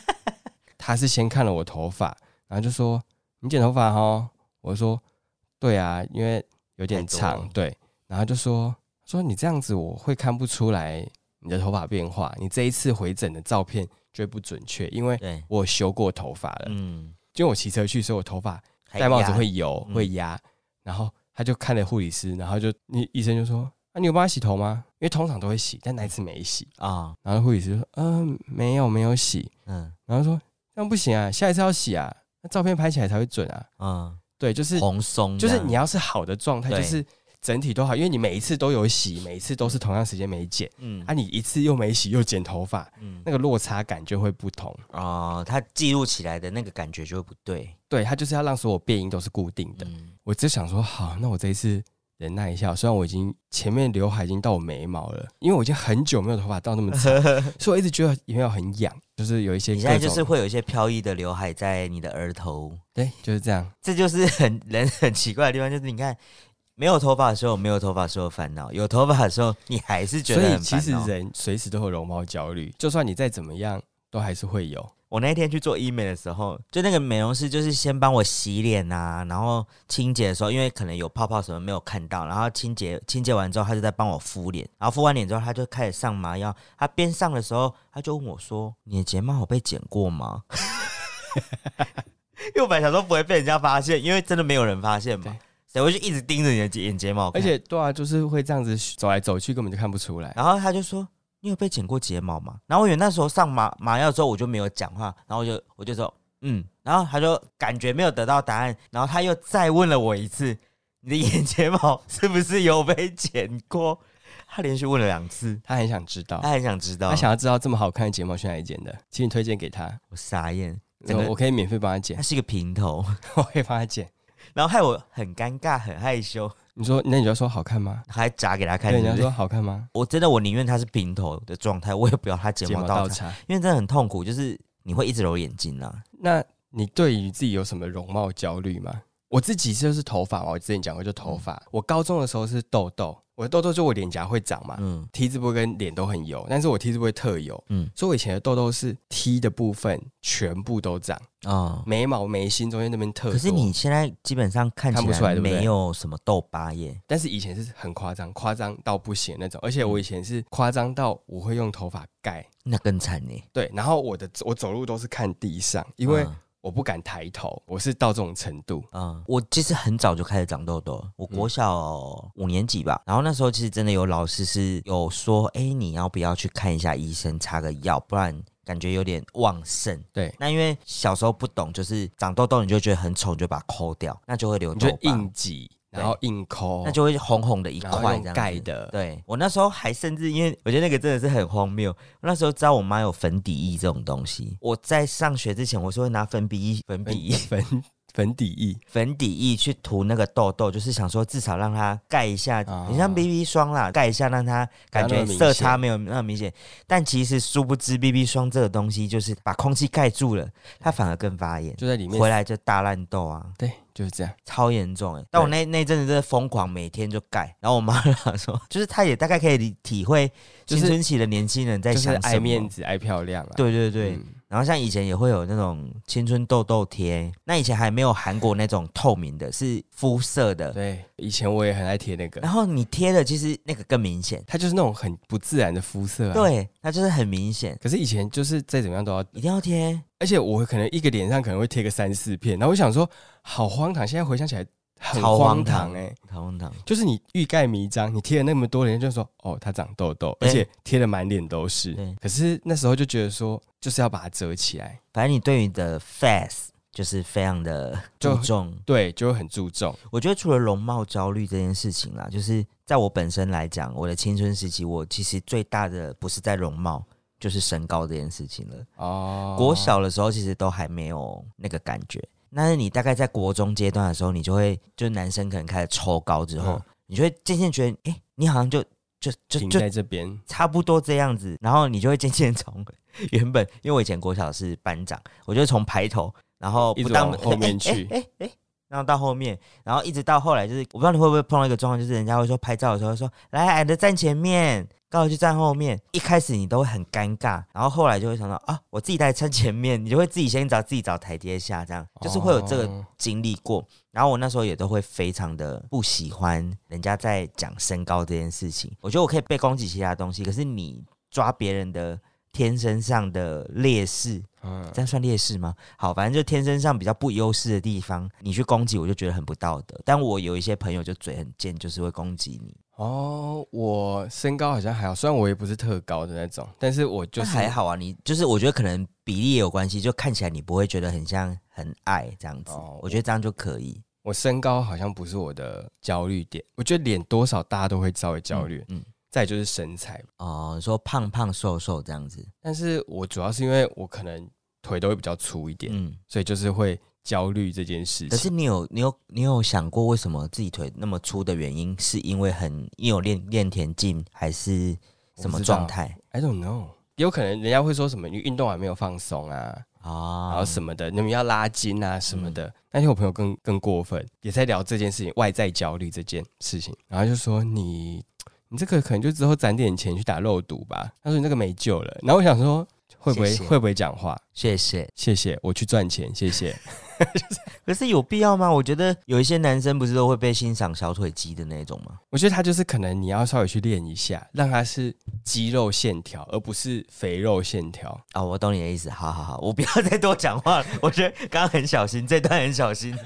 [SPEAKER 1] 他是先看了我头发，然后就说你剪头发哦，我说对啊，因为有点
[SPEAKER 2] 太多
[SPEAKER 1] 长
[SPEAKER 2] 了，
[SPEAKER 1] 对，然后就说说你这样子我会看不出来你的头发变化，你这一次回诊的照片就会不准确，因为
[SPEAKER 2] 对，
[SPEAKER 1] 我有修过头发了，
[SPEAKER 2] 嗯，
[SPEAKER 1] 因为我骑车去，所以我头发
[SPEAKER 2] 还
[SPEAKER 1] 戴帽子
[SPEAKER 2] 压
[SPEAKER 1] 会油
[SPEAKER 2] 嗯
[SPEAKER 1] 会压，然后他就看了护理师，然后就你医生就说啊，你有帮他洗头吗？因为通常都会洗，但那一次没洗。
[SPEAKER 2] 啊，
[SPEAKER 1] 然后护理师就说嗯、没有没有洗，
[SPEAKER 2] 嗯
[SPEAKER 1] 然后说这样不行啊，下一次要洗啊，那照片拍起来才会准啊。
[SPEAKER 2] 嗯，
[SPEAKER 1] 对，就是
[SPEAKER 2] 红松
[SPEAKER 1] 就是
[SPEAKER 2] 这样
[SPEAKER 1] 你要是好的状态，
[SPEAKER 2] 对
[SPEAKER 1] 就是整体都好，因为你每一次都有洗，每一次都是同样时间没剪，
[SPEAKER 2] 嗯
[SPEAKER 1] 啊，你一次又没洗又剪头发，
[SPEAKER 2] 嗯
[SPEAKER 1] 那个落差感就会不同。
[SPEAKER 2] 哦，它记录起来的那个感觉就会不对。
[SPEAKER 1] 对，它就是要让所有变音都是固定的。
[SPEAKER 2] 嗯
[SPEAKER 1] 我只想说，好，那我这一次忍耐一下。虽然我已经前面刘海已经到我眉毛了，因为我已经很久没有头发到那 么长，所以我一直觉得眉毛很痒，就是有一些各
[SPEAKER 2] 你现在
[SPEAKER 1] 种，
[SPEAKER 2] 就是会有一些飘逸的刘海在你的额头，
[SPEAKER 1] 对，就是这样。
[SPEAKER 2] 这就是很 人很奇怪的地方，就是你看。没有头发的时候，没有头发的时候烦恼；有头发的时候，你还是觉
[SPEAKER 1] 所
[SPEAKER 2] 得
[SPEAKER 1] 以
[SPEAKER 2] 很
[SPEAKER 1] 其
[SPEAKER 2] 烦
[SPEAKER 1] 实
[SPEAKER 2] 恼。
[SPEAKER 1] 人随时都有容貌焦虑，就算你再怎么样，都还是会有。
[SPEAKER 2] 我那一天去做医美的时候，就那个美容师就是先帮我洗脸啊，然后清洁的时候，因为可能有泡泡什么没有看到，然后清洁清洁完之后，他就在帮我敷脸，然后敷完脸之后，他就开始上麻药。他边上的时候，他就问我说：“你的睫毛有被剪过吗？” 因为我本来想说不会被人家发现，因为真的没有人发现嘛
[SPEAKER 1] 对，
[SPEAKER 2] 谁会去一直盯着你的眼睫毛看？
[SPEAKER 1] 而且对啊，就是会这样子走来走去，根本就看不出来。
[SPEAKER 2] 然后他就说：“你有被剪过睫毛吗？”然后我有那时候上麻麻药之后，我就没有讲话，然后我就我就说：“嗯。”然后他就感觉没有得到答案，然后他又再问了我一次：“你的眼 睫毛是不是有被剪过？”他连续问了两次，
[SPEAKER 1] 他很想知道
[SPEAKER 2] 他，很想知道。
[SPEAKER 1] 他想要知道这么好看的睫毛去哪里剪的，请你推荐给他，
[SPEAKER 2] 我傻眼，整
[SPEAKER 1] 我
[SPEAKER 2] 个
[SPEAKER 1] 我可以免费帮他
[SPEAKER 2] 他
[SPEAKER 1] 剪，
[SPEAKER 2] 是一个平头，
[SPEAKER 1] 我可以帮他剪。
[SPEAKER 2] 然后害我很尴尬、很害羞，
[SPEAKER 1] 你说，那你就要说好看吗？
[SPEAKER 2] 还眨给他看。
[SPEAKER 1] 对，你
[SPEAKER 2] 是
[SPEAKER 1] 要
[SPEAKER 2] 不是
[SPEAKER 1] 说好看吗？
[SPEAKER 2] 我真的我宁愿他是平头的状态，我也不要他睫
[SPEAKER 1] 睫
[SPEAKER 2] 毛
[SPEAKER 1] 毛
[SPEAKER 2] 倒
[SPEAKER 1] 倒
[SPEAKER 2] 插，
[SPEAKER 1] 插。
[SPEAKER 2] 因为真的很痛苦，就是你会一直揉眼睛啊。
[SPEAKER 1] 那你对于自己有什么容貌焦虑吗？我自己就是头发嘛，我之前讲过，就头发。我高中的时候是痘痘，我的痘痘就我脸颊会长嘛，
[SPEAKER 2] 嗯
[SPEAKER 1] ，T 字部跟脸都很油，但是我 T 字部会特油，
[SPEAKER 2] 嗯
[SPEAKER 1] 所以我以前的痘痘是 T 的部分全部都长，
[SPEAKER 2] 哦，
[SPEAKER 1] 眉毛、眉心中间那边特多。
[SPEAKER 2] 可是你，现在基本上看
[SPEAKER 1] 看不
[SPEAKER 2] 起
[SPEAKER 1] 出来
[SPEAKER 2] 来
[SPEAKER 1] 对不对
[SPEAKER 2] 没有什么痘疤耶。
[SPEAKER 1] 但是以前是很夸张，夸张到不行那种，而且我以前是夸张到我会用头发盖，
[SPEAKER 2] 那更惨呢，
[SPEAKER 1] 对，然后我的我走路都是看地上，因为
[SPEAKER 2] 嗯
[SPEAKER 1] 我不敢抬头，我是到这种程度。
[SPEAKER 2] 嗯我其实很早就开始长痘痘了，我
[SPEAKER 1] 嗯
[SPEAKER 2] 国小五年级吧，然后那时候其实真的有老师是有说，哎、你要不要去看一下医生，擦个药，不然感觉有点旺盛。
[SPEAKER 1] 对，
[SPEAKER 2] 那因为小时候不懂，就是长痘痘你就觉得很丑，你就把它抠掉，那就会留
[SPEAKER 1] 你
[SPEAKER 2] 痘
[SPEAKER 1] 就
[SPEAKER 2] 疤，
[SPEAKER 1] 硬挤，然后硬抠，
[SPEAKER 2] 那就会红红的一
[SPEAKER 1] 然后
[SPEAKER 2] 块
[SPEAKER 1] 用
[SPEAKER 2] 这样
[SPEAKER 1] 盖
[SPEAKER 2] 子
[SPEAKER 1] 的，
[SPEAKER 2] 对我那时候还甚至因为我觉得那个真的是很荒谬，我那时候知道我妈有粉底液这种东西，我在上学之前我是会拿粉底液、粉底液、
[SPEAKER 1] 粉粉底液，
[SPEAKER 2] 粉底液去涂那个痘痘，就是想说至少让它盖一下，
[SPEAKER 1] 啊
[SPEAKER 2] 很像 BB 霜啦，盖一下让它感
[SPEAKER 1] 不要
[SPEAKER 2] 觉
[SPEAKER 1] 那么明
[SPEAKER 2] 色差没有那么明显。但其实殊不知 BB 霜这个东西就是把空气盖住了，它反而更发炎，
[SPEAKER 1] 就在里面
[SPEAKER 2] 回。来就大烂痘啊，
[SPEAKER 1] 对，就是这样。
[SPEAKER 2] 超严重哎、但我那那一阵子真的疯狂，每天就盖。然后我妈就想说，就是她也大概可以理体会
[SPEAKER 1] 就
[SPEAKER 2] 青
[SPEAKER 1] 是
[SPEAKER 2] 春期的年轻人在
[SPEAKER 1] 就是
[SPEAKER 2] 想
[SPEAKER 1] 爱
[SPEAKER 2] 什么
[SPEAKER 1] 面。子、爱漂亮啊。
[SPEAKER 2] 对对对，
[SPEAKER 1] 嗯
[SPEAKER 2] 然后像以前也会有那种青春痘痘贴，那以前还没有韩国那种透明的，是肤色的。啊
[SPEAKER 1] 对，以前我也很爱贴那个
[SPEAKER 2] 然，后你贴的其实那个更明显，
[SPEAKER 1] 它就是那种很不自然的肤色、啊。，
[SPEAKER 2] 对，它就是很明显，
[SPEAKER 1] 可是以前就是再怎么样都要，
[SPEAKER 2] 一定要贴。
[SPEAKER 1] 而且我可能一个脸上可能会贴个三四片，然后我想说好荒唐，现在回想起来很
[SPEAKER 2] 超荒
[SPEAKER 1] 唐
[SPEAKER 2] 唐
[SPEAKER 1] 哎、
[SPEAKER 2] 糖红糖，
[SPEAKER 1] 就是你欲盖弥彰，你贴了那么多，人家就说哦，它长痘痘，
[SPEAKER 2] 对
[SPEAKER 1] 而且贴的满脸都是
[SPEAKER 2] 对。
[SPEAKER 1] 可是那时候就觉得说，就是要把它遮起来，
[SPEAKER 2] 反正你对你的 face 就是非常的
[SPEAKER 1] 就
[SPEAKER 2] 注重。
[SPEAKER 1] 对，就会很注重。
[SPEAKER 2] 我觉得除了容貌焦虑这件事情啦，就是在我本身来讲，我的青春时期，我其实最大的不是在容貌，就是身高这件事情了。
[SPEAKER 1] 哦，
[SPEAKER 2] 国小的时候其实都还没有那个感觉，但是你大概在国中阶段的时候，你就会就男生可能开始抽高之后，
[SPEAKER 1] 嗯
[SPEAKER 2] 你就会渐渐觉得，哎、你好像就就就
[SPEAKER 1] 停
[SPEAKER 2] 就
[SPEAKER 1] 在这边，
[SPEAKER 2] 差不多这样子，然后你就会渐渐从原本，因为我以前国小是班长，我就从排头，然后
[SPEAKER 1] 一
[SPEAKER 2] 哦不
[SPEAKER 1] 直
[SPEAKER 2] 当
[SPEAKER 1] 往后面去
[SPEAKER 2] 哎哎、哎哎然后到后面，然后一直到后来，就是我不知道你会不会碰到一个状况，就是人家会说拍照的时候会说来矮的站前面，高的去站后面，一开始你都会很尴尬，然后后来就会想到啊，我自己来站前面，你就会自己先找自己找台阶下，这样就是会有这个
[SPEAKER 1] 哦
[SPEAKER 2] 经历过，然后我那时候也都会非常的不喜欢人家在讲身高这件事情。我觉得我可以被攻击其他东西，可是你抓别人的天生上的劣势，
[SPEAKER 1] 嗯
[SPEAKER 2] 这样算劣势吗？好，反正就天生上比较不优势的地方，你去攻击，我就觉得很不道德。但我有一些朋友就嘴很贱，就是会攻击你，
[SPEAKER 1] 哦，我身高好像还好，虽然我也不是特高的那种，但是我就
[SPEAKER 2] 就是
[SPEAKER 1] 是
[SPEAKER 2] 还好啊。你就是我觉得可能比例也有关系，就看起来你不会觉得很像很矮这样子，
[SPEAKER 1] 哦
[SPEAKER 2] 我觉得这样就可以。
[SPEAKER 1] 我身高好像不是我的焦虑点，我觉得脸多少大家都会稍微焦虑，
[SPEAKER 2] 嗯，嗯
[SPEAKER 1] 再来就是身材，
[SPEAKER 2] 哦、说胖胖瘦瘦这样子，
[SPEAKER 1] 但是我主要是因为我可能腿都会比较粗一点，
[SPEAKER 2] 嗯。
[SPEAKER 1] 所以就是会焦虑这件事
[SPEAKER 2] 可是
[SPEAKER 1] 情。
[SPEAKER 2] 你有你有你有想过为什么自己腿那么粗的原因，是因为很你有练练田径还是什么状态
[SPEAKER 1] I don't know，有可能人家会说什么你运动还没有放松啊，
[SPEAKER 2] 啊？嗯
[SPEAKER 1] 然后什么的，你们要拉筋啊什么的。但是我朋友更更过分，也在聊这件事情，外在焦虑这件事情，然后就说你你这个可能就之后攒点钱去打肉毒吧。他说你这个没救了。然后我想说会不会
[SPEAKER 2] 谢谢
[SPEAKER 1] 会不会讲话？
[SPEAKER 2] 谢谢。
[SPEAKER 1] 谢谢，我去赚钱，谢谢。
[SPEAKER 2] 可是有必要吗？我觉得有一些男生不是都会被欣赏小腿肌的那种吗？
[SPEAKER 1] 我觉得他就是可能你要稍微去练一下，让他是肌肉线条，而不是肥肉线条。
[SPEAKER 2] 啊、我懂你的意思。好好好，我不要再多讲话了。我觉得刚刚很小心，这段很小心，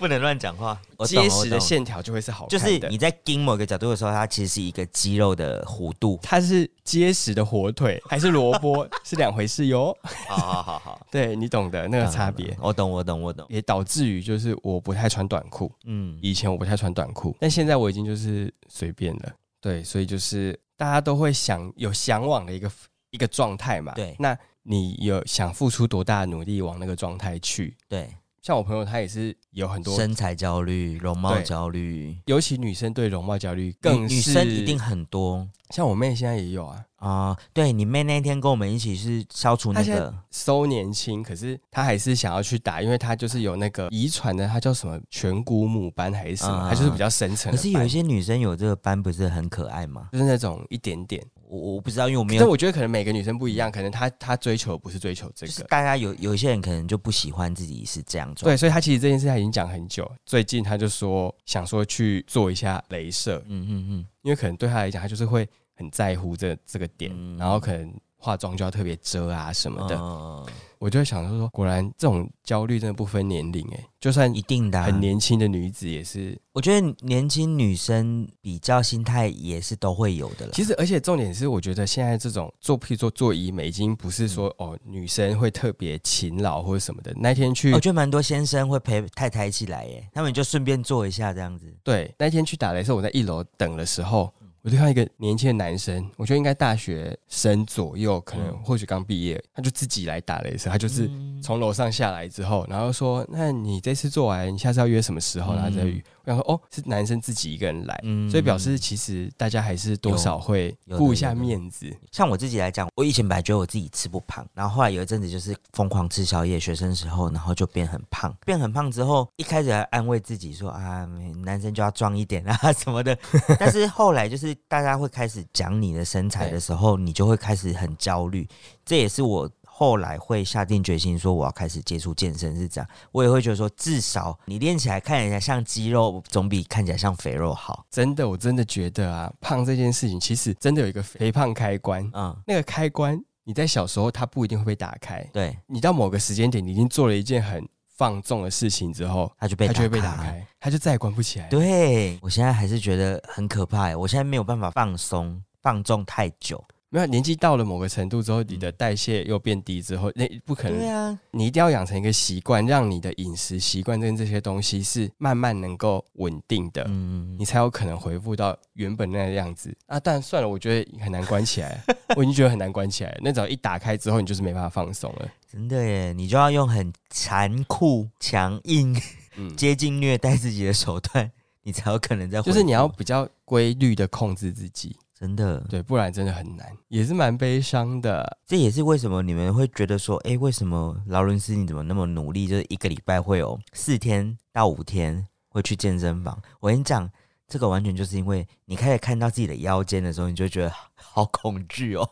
[SPEAKER 2] 不能乱讲话。我懂
[SPEAKER 1] 结实
[SPEAKER 2] 我
[SPEAKER 1] 的
[SPEAKER 2] 懂
[SPEAKER 1] 线条就会是好
[SPEAKER 2] 就
[SPEAKER 1] 看
[SPEAKER 2] 是
[SPEAKER 1] 的。。
[SPEAKER 2] 你在盯某个角度的时候，它其实是一个肌肉的弧度
[SPEAKER 1] 它是结实的火腿还是萝卜 是两回事哟。
[SPEAKER 2] 好好好好，
[SPEAKER 1] 对你懂的那个差别。
[SPEAKER 2] 嗯我懂我懂我懂。
[SPEAKER 1] 也导致于就是我不太穿短裤，
[SPEAKER 2] 嗯，
[SPEAKER 1] 以前我不太穿短裤，但现在我已经就是随便了。对，所以就是大家都会想有向往的一个一个状态嘛。
[SPEAKER 2] 对
[SPEAKER 1] 那你有想付出多大的努力往那个状态去？
[SPEAKER 2] 对。
[SPEAKER 1] 像我朋友他也是有很多，
[SPEAKER 2] 身材焦虑、容貌
[SPEAKER 1] 对
[SPEAKER 2] 焦虑，
[SPEAKER 1] 尤其女生对容貌焦虑
[SPEAKER 2] 女
[SPEAKER 1] 更是
[SPEAKER 2] 女生一定很多
[SPEAKER 1] 像我妹现在也有啊，
[SPEAKER 2] 啊、对你妹那天跟我们一起是消除那
[SPEAKER 1] 她现
[SPEAKER 2] 个
[SPEAKER 1] 收年轻，可是她还是想要去打，因为她就是有那个遗传的，她叫什么颧骨母斑还是什么，
[SPEAKER 2] 嗯
[SPEAKER 1] 她就是比较深层的
[SPEAKER 2] 可
[SPEAKER 1] 斑。
[SPEAKER 2] 是有一些女生有这个斑，不是很可爱吗？
[SPEAKER 1] 就是那种一点点。
[SPEAKER 2] 我我不知道，因为我没
[SPEAKER 1] 但
[SPEAKER 2] 有，
[SPEAKER 1] 我觉得可能每个女生不一样，可能她她追求不是追求这
[SPEAKER 2] 就是
[SPEAKER 1] 个，
[SPEAKER 2] 大家有有一些人可能就不喜欢自己是这样状态。
[SPEAKER 1] 对，所以她其实这件事她已经讲很久。最近她就说想说去做一下镭射，
[SPEAKER 2] 嗯嗯
[SPEAKER 1] 因为可能对她来讲，她就是会很在乎这这个点，
[SPEAKER 2] 嗯
[SPEAKER 1] 然后可能化妆就要特别遮啊什么
[SPEAKER 2] 嗯，
[SPEAKER 1] 的。
[SPEAKER 2] 嗯
[SPEAKER 1] 我就会想说，果然这种焦虑真的不分年龄，哎，就算
[SPEAKER 2] 一定的啊、
[SPEAKER 1] 很年轻的女子也是。
[SPEAKER 2] 我觉得年轻女生比较心态也是都会有的了。
[SPEAKER 1] 其实，而且重点是，我觉得现在这种做，譬如说做医美，已经不是说
[SPEAKER 2] 嗯
[SPEAKER 1] 哦女生会特别勤劳或者什么的。那天去
[SPEAKER 2] 哦我觉得蛮多先生会陪太太一起来耶，他们就顺便做一下这样子。
[SPEAKER 1] 对，那天去打雷的时候，我在一楼等的时候，我就看到一个年轻的男生，我觉得应该大学生左右，可能
[SPEAKER 2] 嗯
[SPEAKER 1] 或许刚毕业，他就自己来打雷射，他就是
[SPEAKER 2] 嗯
[SPEAKER 1] 从楼上下来之后，然后说：“那你这次做完，你下次要约什么时候？”
[SPEAKER 2] 嗯
[SPEAKER 1] 然后再约。我想说，哦，是男生自己一个人来，
[SPEAKER 2] 嗯
[SPEAKER 1] 所以表示其实大家还是多少会
[SPEAKER 2] 有有的
[SPEAKER 1] 顾一下
[SPEAKER 2] 有的
[SPEAKER 1] 面子。
[SPEAKER 2] 像我自己来讲，我以前本来觉得我自己吃不胖，然后后来有一阵子就是疯狂吃宵夜，学生时候，然后就变很胖。变很胖之后，一开始还安慰自己说啊，男生就要壮一点啊 什么的。但是后来就是大家会开始讲你的身材的时候，你就会开始很焦虑。这也是我后来会下定决心说我要开始接触健身是这样。我也会觉得说，至少你练起来看起来像肌肉，总比看起来像肥肉好。
[SPEAKER 1] 真的，我真的觉得啊，胖这件事情其实真的有一个肥胖开关，
[SPEAKER 2] 嗯，
[SPEAKER 1] 那个开关你在小时候它不一定会被打开，
[SPEAKER 2] 对，
[SPEAKER 1] 你到某个时间点，你已经做了一件很放纵的事情之后，
[SPEAKER 2] 他就被
[SPEAKER 1] 它就会被
[SPEAKER 2] 开
[SPEAKER 1] 打开，它就再也关不起来。
[SPEAKER 2] 对我现在还是觉得很可怕欸耶，我现在没有办法放松放纵太久。
[SPEAKER 1] 没有年纪到了某个程度之后，你的代谢又变低之后，那不可能
[SPEAKER 2] 嗯对啊，
[SPEAKER 1] 你一定要养成一个习惯，让你的饮食习惯跟这些东西是慢慢能够稳定的，
[SPEAKER 2] 嗯
[SPEAKER 1] 你，才有可能恢复到原本那个样子啊。但算了，我觉得很难关起来，我已经觉得很难关起来了。那只要一打开之后，你就是没办法放松了。
[SPEAKER 2] 真的耶，你就要用很残酷、强硬、
[SPEAKER 1] 嗯，
[SPEAKER 2] 接近虐待自己的手段，你才有可能在
[SPEAKER 1] 就是你要
[SPEAKER 2] 恢复
[SPEAKER 1] 比较规律的控制自己，
[SPEAKER 2] 真的，
[SPEAKER 1] 对，不然真的很难，也是蛮悲伤的。
[SPEAKER 2] 这也是为什么你们会觉得说，哎，为什么劳伦斯你怎么那么努力？就是一个礼拜会有四天到五天会去健身房。我跟你讲，这个完全就是因为你开始看到自己的腰间的时候，你就觉得好恐惧哦，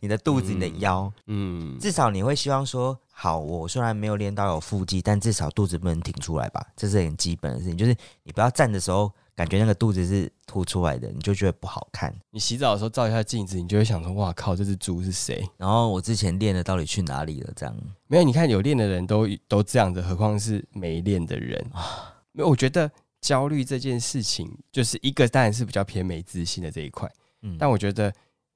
[SPEAKER 2] 你的肚子、你的
[SPEAKER 1] 嗯
[SPEAKER 2] 腰。
[SPEAKER 1] 嗯，
[SPEAKER 2] 至少你会希望说，好，我虽然没有练到有腹肌，但至少肚子不能挺出来吧，这是很基本的事情。就是你不要站的时候，感觉那个肚子是凸出来的，你就觉得不好看。
[SPEAKER 1] 你洗澡的时候照一下镜子，你就会想说：哇靠，这只猪是谁？
[SPEAKER 2] 然后我之前练的到底去哪里了？这样，
[SPEAKER 1] 没有，你看有练的人都都这样子，何况是没练的人没有，我觉得焦虑这件事情，就是一个当然是比较偏没自信的这一块，
[SPEAKER 2] 嗯，
[SPEAKER 1] 但我觉得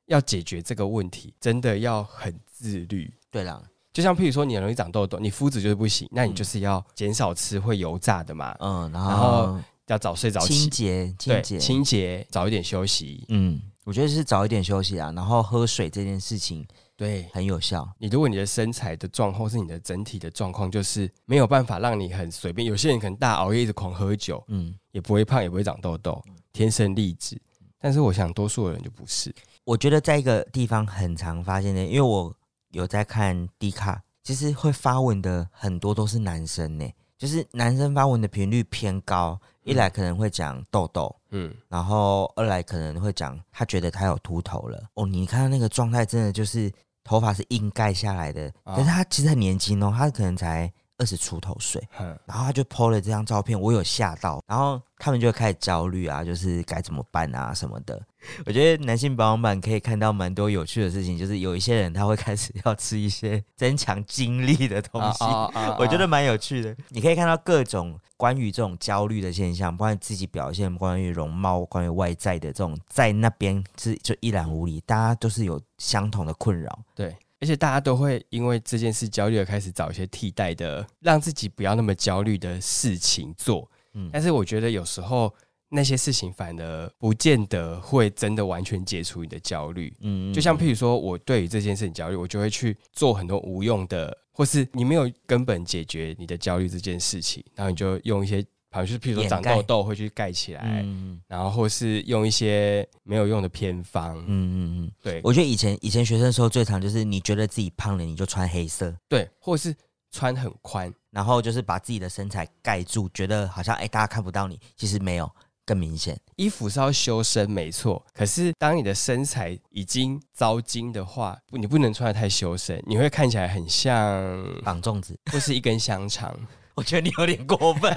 [SPEAKER 1] 要解决这个问题，真的要很自律。
[SPEAKER 2] 对啦，
[SPEAKER 1] 就像譬如说，你很容易长痘痘，你肤质就是不行，那你就是要减少吃会油炸的嘛，
[SPEAKER 2] 嗯，然
[SPEAKER 1] 然
[SPEAKER 2] 后
[SPEAKER 1] 后要早睡早
[SPEAKER 2] 清
[SPEAKER 1] 起，
[SPEAKER 2] 洁，
[SPEAKER 1] 对，
[SPEAKER 2] 清洁，
[SPEAKER 1] 清洁，早一点休息。
[SPEAKER 2] 嗯，我觉得是早一点休息啊，然后喝水这件事情
[SPEAKER 1] 对
[SPEAKER 2] 很有效。
[SPEAKER 1] 你，如果你的身材的状况是你的整体的状况，就是没有办法让你很随便。有些人可能大熬夜一直狂喝酒，
[SPEAKER 2] 嗯，
[SPEAKER 1] 也不会胖，也不会长痘痘，天生丽质。但是我想，多数的人就不是。
[SPEAKER 2] 我觉得在一个地方很常发现的，因为我有在看 D 卡，其实会发文的很多都是男生呢，就是男生发文的频率偏高，一来可能会讲痘痘。
[SPEAKER 1] 嗯，
[SPEAKER 2] 然后二来可能会讲，他觉得他有秃头了哦。你看他那个状态，真的就是头发是硬盖下来的，
[SPEAKER 1] 啊
[SPEAKER 2] 但是他其实很年轻哦，他可能才二十出头岁。
[SPEAKER 1] 哼，
[SPEAKER 2] 然后他就 PO 了这张照片，我有吓到，然后他们就开始焦虑啊，就是该怎么办啊什么的。我觉得男性保养版可以看到蛮多有趣的事情，就是有一些人他会开始要吃一些增强精力的东西，
[SPEAKER 1] 啊
[SPEAKER 2] 我觉得蛮有趣的。你可以看到各种关于这种焦虑的现象，关于自己表现、关于容貌、关于外在的这种，在那边是就一览无遗，大家都是有相同的困扰。
[SPEAKER 1] 对，而且大家都会因为这件事焦虑，而开始找一些替代的，让自己不要那么焦虑的事情做。
[SPEAKER 2] 嗯
[SPEAKER 1] 但是我觉得有时候那些事情反而不见得会真的完全解除你的焦虑。
[SPEAKER 2] 嗯
[SPEAKER 1] 就像譬如说，我对于这件事情焦虑，我就会去做很多无用的，或是你没有根本解决你的焦虑这件事情，然后你就用一些，好像就是譬如说
[SPEAKER 2] 掩
[SPEAKER 1] 长
[SPEAKER 2] 盖
[SPEAKER 1] 痘痘会去盖起来，
[SPEAKER 2] 嗯
[SPEAKER 1] 然后或是用一些没有用的偏方，
[SPEAKER 2] 嗯嗯嗯。
[SPEAKER 1] 对
[SPEAKER 2] 我觉得以前以前学生的时候最常就是你觉得自己胖了，你就穿黑色，
[SPEAKER 1] 对，或是穿很宽，
[SPEAKER 2] 然后就是把自己的身材盖住，觉得好像哎、大家看不到你，其实没有，更明显。
[SPEAKER 1] 衣服是要修身没错，可是当你的身材已经糟精的话，不你不能穿的太修身，你会看起来很像
[SPEAKER 2] 绑粽子，
[SPEAKER 1] 或是一根香肠，
[SPEAKER 2] 我觉得你有点过分，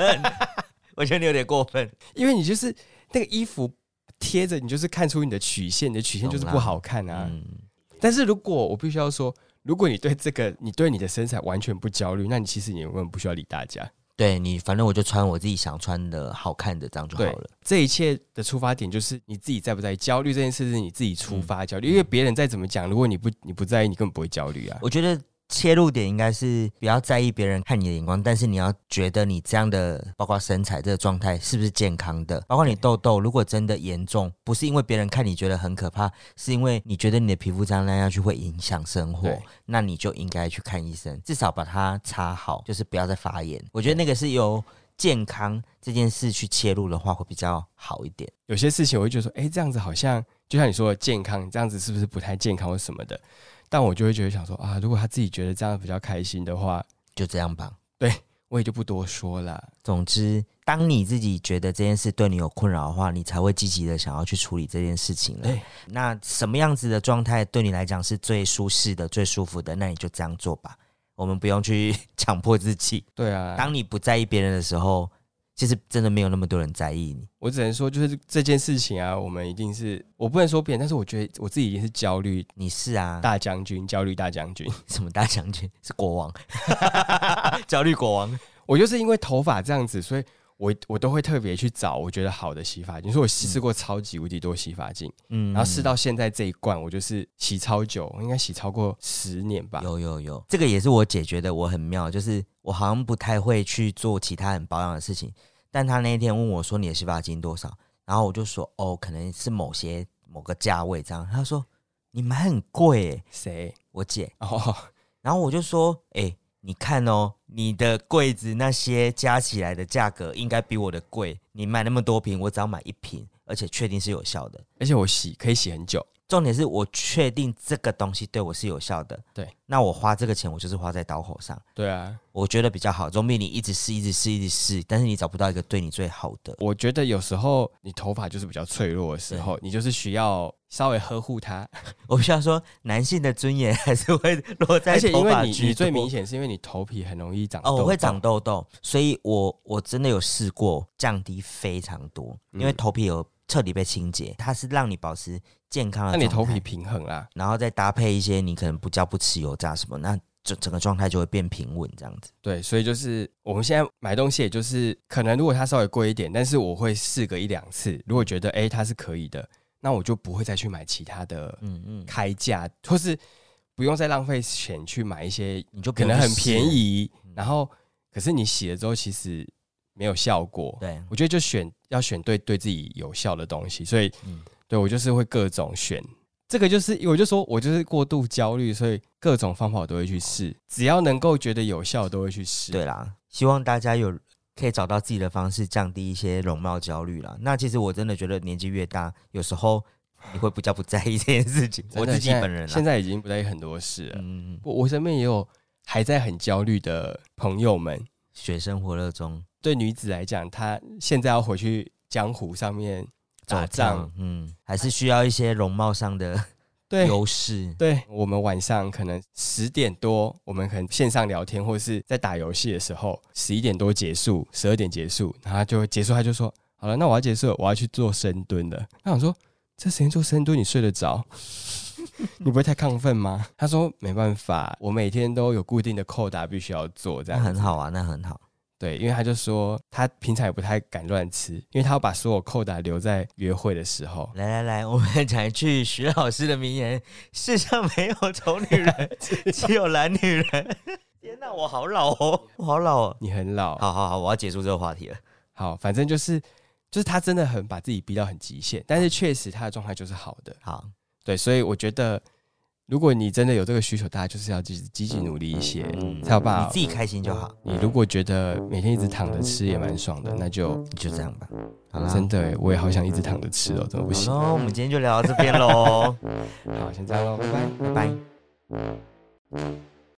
[SPEAKER 2] 我觉得你有点过分。
[SPEAKER 1] 因为你就是那个衣服贴着，你就是看出你的曲线，你的曲线就是不好看啊。
[SPEAKER 2] 嗯，
[SPEAKER 1] 但是如果我必须要说。如果你对这个，你对你的身材完全不焦虑，那你其实你根本不需要理大家。
[SPEAKER 2] 对你，反正我就穿我自己想穿的好看的，这样就好
[SPEAKER 1] 对
[SPEAKER 2] 了。
[SPEAKER 1] 这一切的出发点就是你自己在不在意焦
[SPEAKER 2] 嗯
[SPEAKER 1] 虑这件事，是你自己出发焦虑，因为别人再怎么讲，如果你不你不在意，你根本不会焦虑啊。
[SPEAKER 2] 我觉得切入点应该是不要在意别人看你的眼光，但是你要觉得你这样的，包括身材这个状态是不是健康的，包括你痘痘，如果真的严重，不是因为别人看你觉得很可怕，是因为你觉得你的皮肤这样烂下去会影响生活
[SPEAKER 1] 对，
[SPEAKER 2] 那你就应该去看医生，至少把它擦好，就是不要再发炎。我觉得那个是由健康这件事去切入的话，会比较好一点。
[SPEAKER 1] 有些事情我会觉得说，哎、这样子好像就像你说的健康，这样子是不是不太健康或什么的？但我就会觉得想说啊，如果他自己觉得这样比较开心的话，
[SPEAKER 2] 就这样吧。
[SPEAKER 1] 我也就不多说了。
[SPEAKER 2] 总之，当你自己觉得这件事对你有困扰的话，你才会积极的想要去处理这件事情了
[SPEAKER 1] 对。
[SPEAKER 2] 那什么样子的状态对你来讲是最舒适的、最舒服的？那你就这样做吧。我们不用去 强迫自己。
[SPEAKER 1] 对啊，
[SPEAKER 2] 当你不在意别人的时候，其实真的没有那么多人在意你。
[SPEAKER 1] 我只能说就是这件事情啊，我们一定是我不能说别人，但是我觉得我自己已经是焦虑
[SPEAKER 2] 你是啊，
[SPEAKER 1] 大将军，焦虑大将军。
[SPEAKER 2] 什么大将军是国王， 焦虑国王。
[SPEAKER 1] 我就是因为头发这样子，所以我我都会特别去找我觉得好的洗发精。所以我试过超级无敌多洗发精，
[SPEAKER 2] 嗯
[SPEAKER 1] 然后试到现在这一罐，我就是洗超久，我应该洗超过十年吧。
[SPEAKER 2] 有有有，这个也是我解决的，我很妙，就是我好像不太会去做其他很保养的事情，但他那一天问我说你的洗发精多少，然后我就说哦，可能是某些某个价位这样，他说你买很贵耶，
[SPEAKER 1] 谁？
[SPEAKER 2] 我姐，
[SPEAKER 1] 哦，
[SPEAKER 2] 然后我就说哎、你看哦，你的柜子那些加起来的价格应该比我的贵，你买那么多瓶，我只要买一瓶，而且确定是有效的。
[SPEAKER 1] 而且我洗可以洗很久。
[SPEAKER 2] 重点是我确定这个东西对我是有效的，
[SPEAKER 1] 对，
[SPEAKER 2] 那我花这个钱，我就是花在刀口上。
[SPEAKER 1] 对啊，
[SPEAKER 2] 我觉得比较好，总比你一直试、一直试、一直试，但是你找不到一个对你最好的。
[SPEAKER 1] 我觉得有时候你头发就是比较脆弱的时候，你就是需要稍微呵护它。
[SPEAKER 2] 我必须要说，男性的尊严还是会落在
[SPEAKER 1] 而且因
[SPEAKER 2] 头发
[SPEAKER 1] 为你
[SPEAKER 2] 居多
[SPEAKER 1] 你最明显是因为你头皮很容易长痘
[SPEAKER 2] 哦，
[SPEAKER 1] 痘
[SPEAKER 2] 我会长痘痘，所以我我真的有试过降低非常多，因为
[SPEAKER 1] 嗯
[SPEAKER 2] 头皮有彻底被清洁，它是让你保持健康
[SPEAKER 1] 那
[SPEAKER 2] 的。
[SPEAKER 1] 你头皮，平衡啦。
[SPEAKER 2] 然后再搭配一些你可能不叫不吃油炸什么，那整整个状态就会变平稳这样子。
[SPEAKER 1] 对，所以就是我们现在买东西，也就是可能如果它稍微贵一点，但是我会试个一两次，如果觉得哎、诶它是可以的，那我就不会再去买其他的
[SPEAKER 2] 嗯嗯，
[SPEAKER 1] 开价，或是不用再浪费钱去买一些
[SPEAKER 2] 你就不
[SPEAKER 1] 可
[SPEAKER 2] 用
[SPEAKER 1] 能很
[SPEAKER 2] 去试
[SPEAKER 1] 便
[SPEAKER 2] 了。
[SPEAKER 1] 宜
[SPEAKER 2] 嗯，
[SPEAKER 1] 然后可是你洗了之后其实没有效果。
[SPEAKER 2] 对，
[SPEAKER 1] 我觉得就选要选对对自己有效的东西，所以
[SPEAKER 2] 嗯
[SPEAKER 1] 对我就是会各种选。这个就是我就说我就是过度焦虑，所以各种方法我都会去试，只要能够觉得有效我都会去试。
[SPEAKER 2] 对啦，希望大家有可以找到自己的方式，降低一些容貌焦虑啦。那其实我真的觉得年纪越大，有时候你会比较不在意这 件事情。
[SPEAKER 1] 真
[SPEAKER 2] 我
[SPEAKER 1] 的
[SPEAKER 2] 自己
[SPEAKER 1] 现在
[SPEAKER 2] 本人
[SPEAKER 1] 现
[SPEAKER 2] 啦，
[SPEAKER 1] 在已经不在意很多事了。
[SPEAKER 2] 嗯，
[SPEAKER 1] 我我身边也有还在很焦虑的朋友们。
[SPEAKER 2] 水深火热中
[SPEAKER 1] 对女子来讲，她现在要回去江湖上面打
[SPEAKER 2] 走跳
[SPEAKER 1] 仗，，
[SPEAKER 2] 嗯，还是需要一些容貌上的
[SPEAKER 1] 对。
[SPEAKER 2] 优势。
[SPEAKER 1] 对我们晚上可能十点多，我们可能线上聊天，或是在打游戏的时候，十一点多结束，十二点结束，然后她就会结束，他就说：“好了，那我要结束了，我要去做深蹲了。”那我说：“这时间做深蹲，你睡得着？ 你不会太亢奋吗？”他说：“没办法，我每天都有固定的扣打，必须要做，这
[SPEAKER 2] 那
[SPEAKER 1] 样
[SPEAKER 2] 很好啊，那很好。。
[SPEAKER 1] 对，因为他就说他平常也不太敢乱吃，因为他要把所有扣打留在约会的时候
[SPEAKER 2] 来来来，我们 讲一句徐老师的名言：世上没有丑女 人，只有懒女人。 天哪，我好老哦，我好老哦。
[SPEAKER 1] 你很老，
[SPEAKER 2] 好好好，我要结束这个话题了。
[SPEAKER 1] 好反正就是就是他真的很把自己逼到很极限，但是确实他的状态就是好的。
[SPEAKER 2] 好，
[SPEAKER 1] 对，所以我觉得，如果你真的有这个需求，大家就是要积积极努力一些，才有办
[SPEAKER 2] 嗯你
[SPEAKER 1] 法
[SPEAKER 2] 自。己开心就好，
[SPEAKER 1] 你如果觉得每天一直躺着吃也蛮爽的，那就
[SPEAKER 2] 你就这样吧。好啦，
[SPEAKER 1] 真的欸，我也好想一直躺着吃哦，怎么不行？
[SPEAKER 2] 好喽，我们今天就聊到这边喽，
[SPEAKER 1] 好，先这样喽，拜拜。
[SPEAKER 2] 拜拜。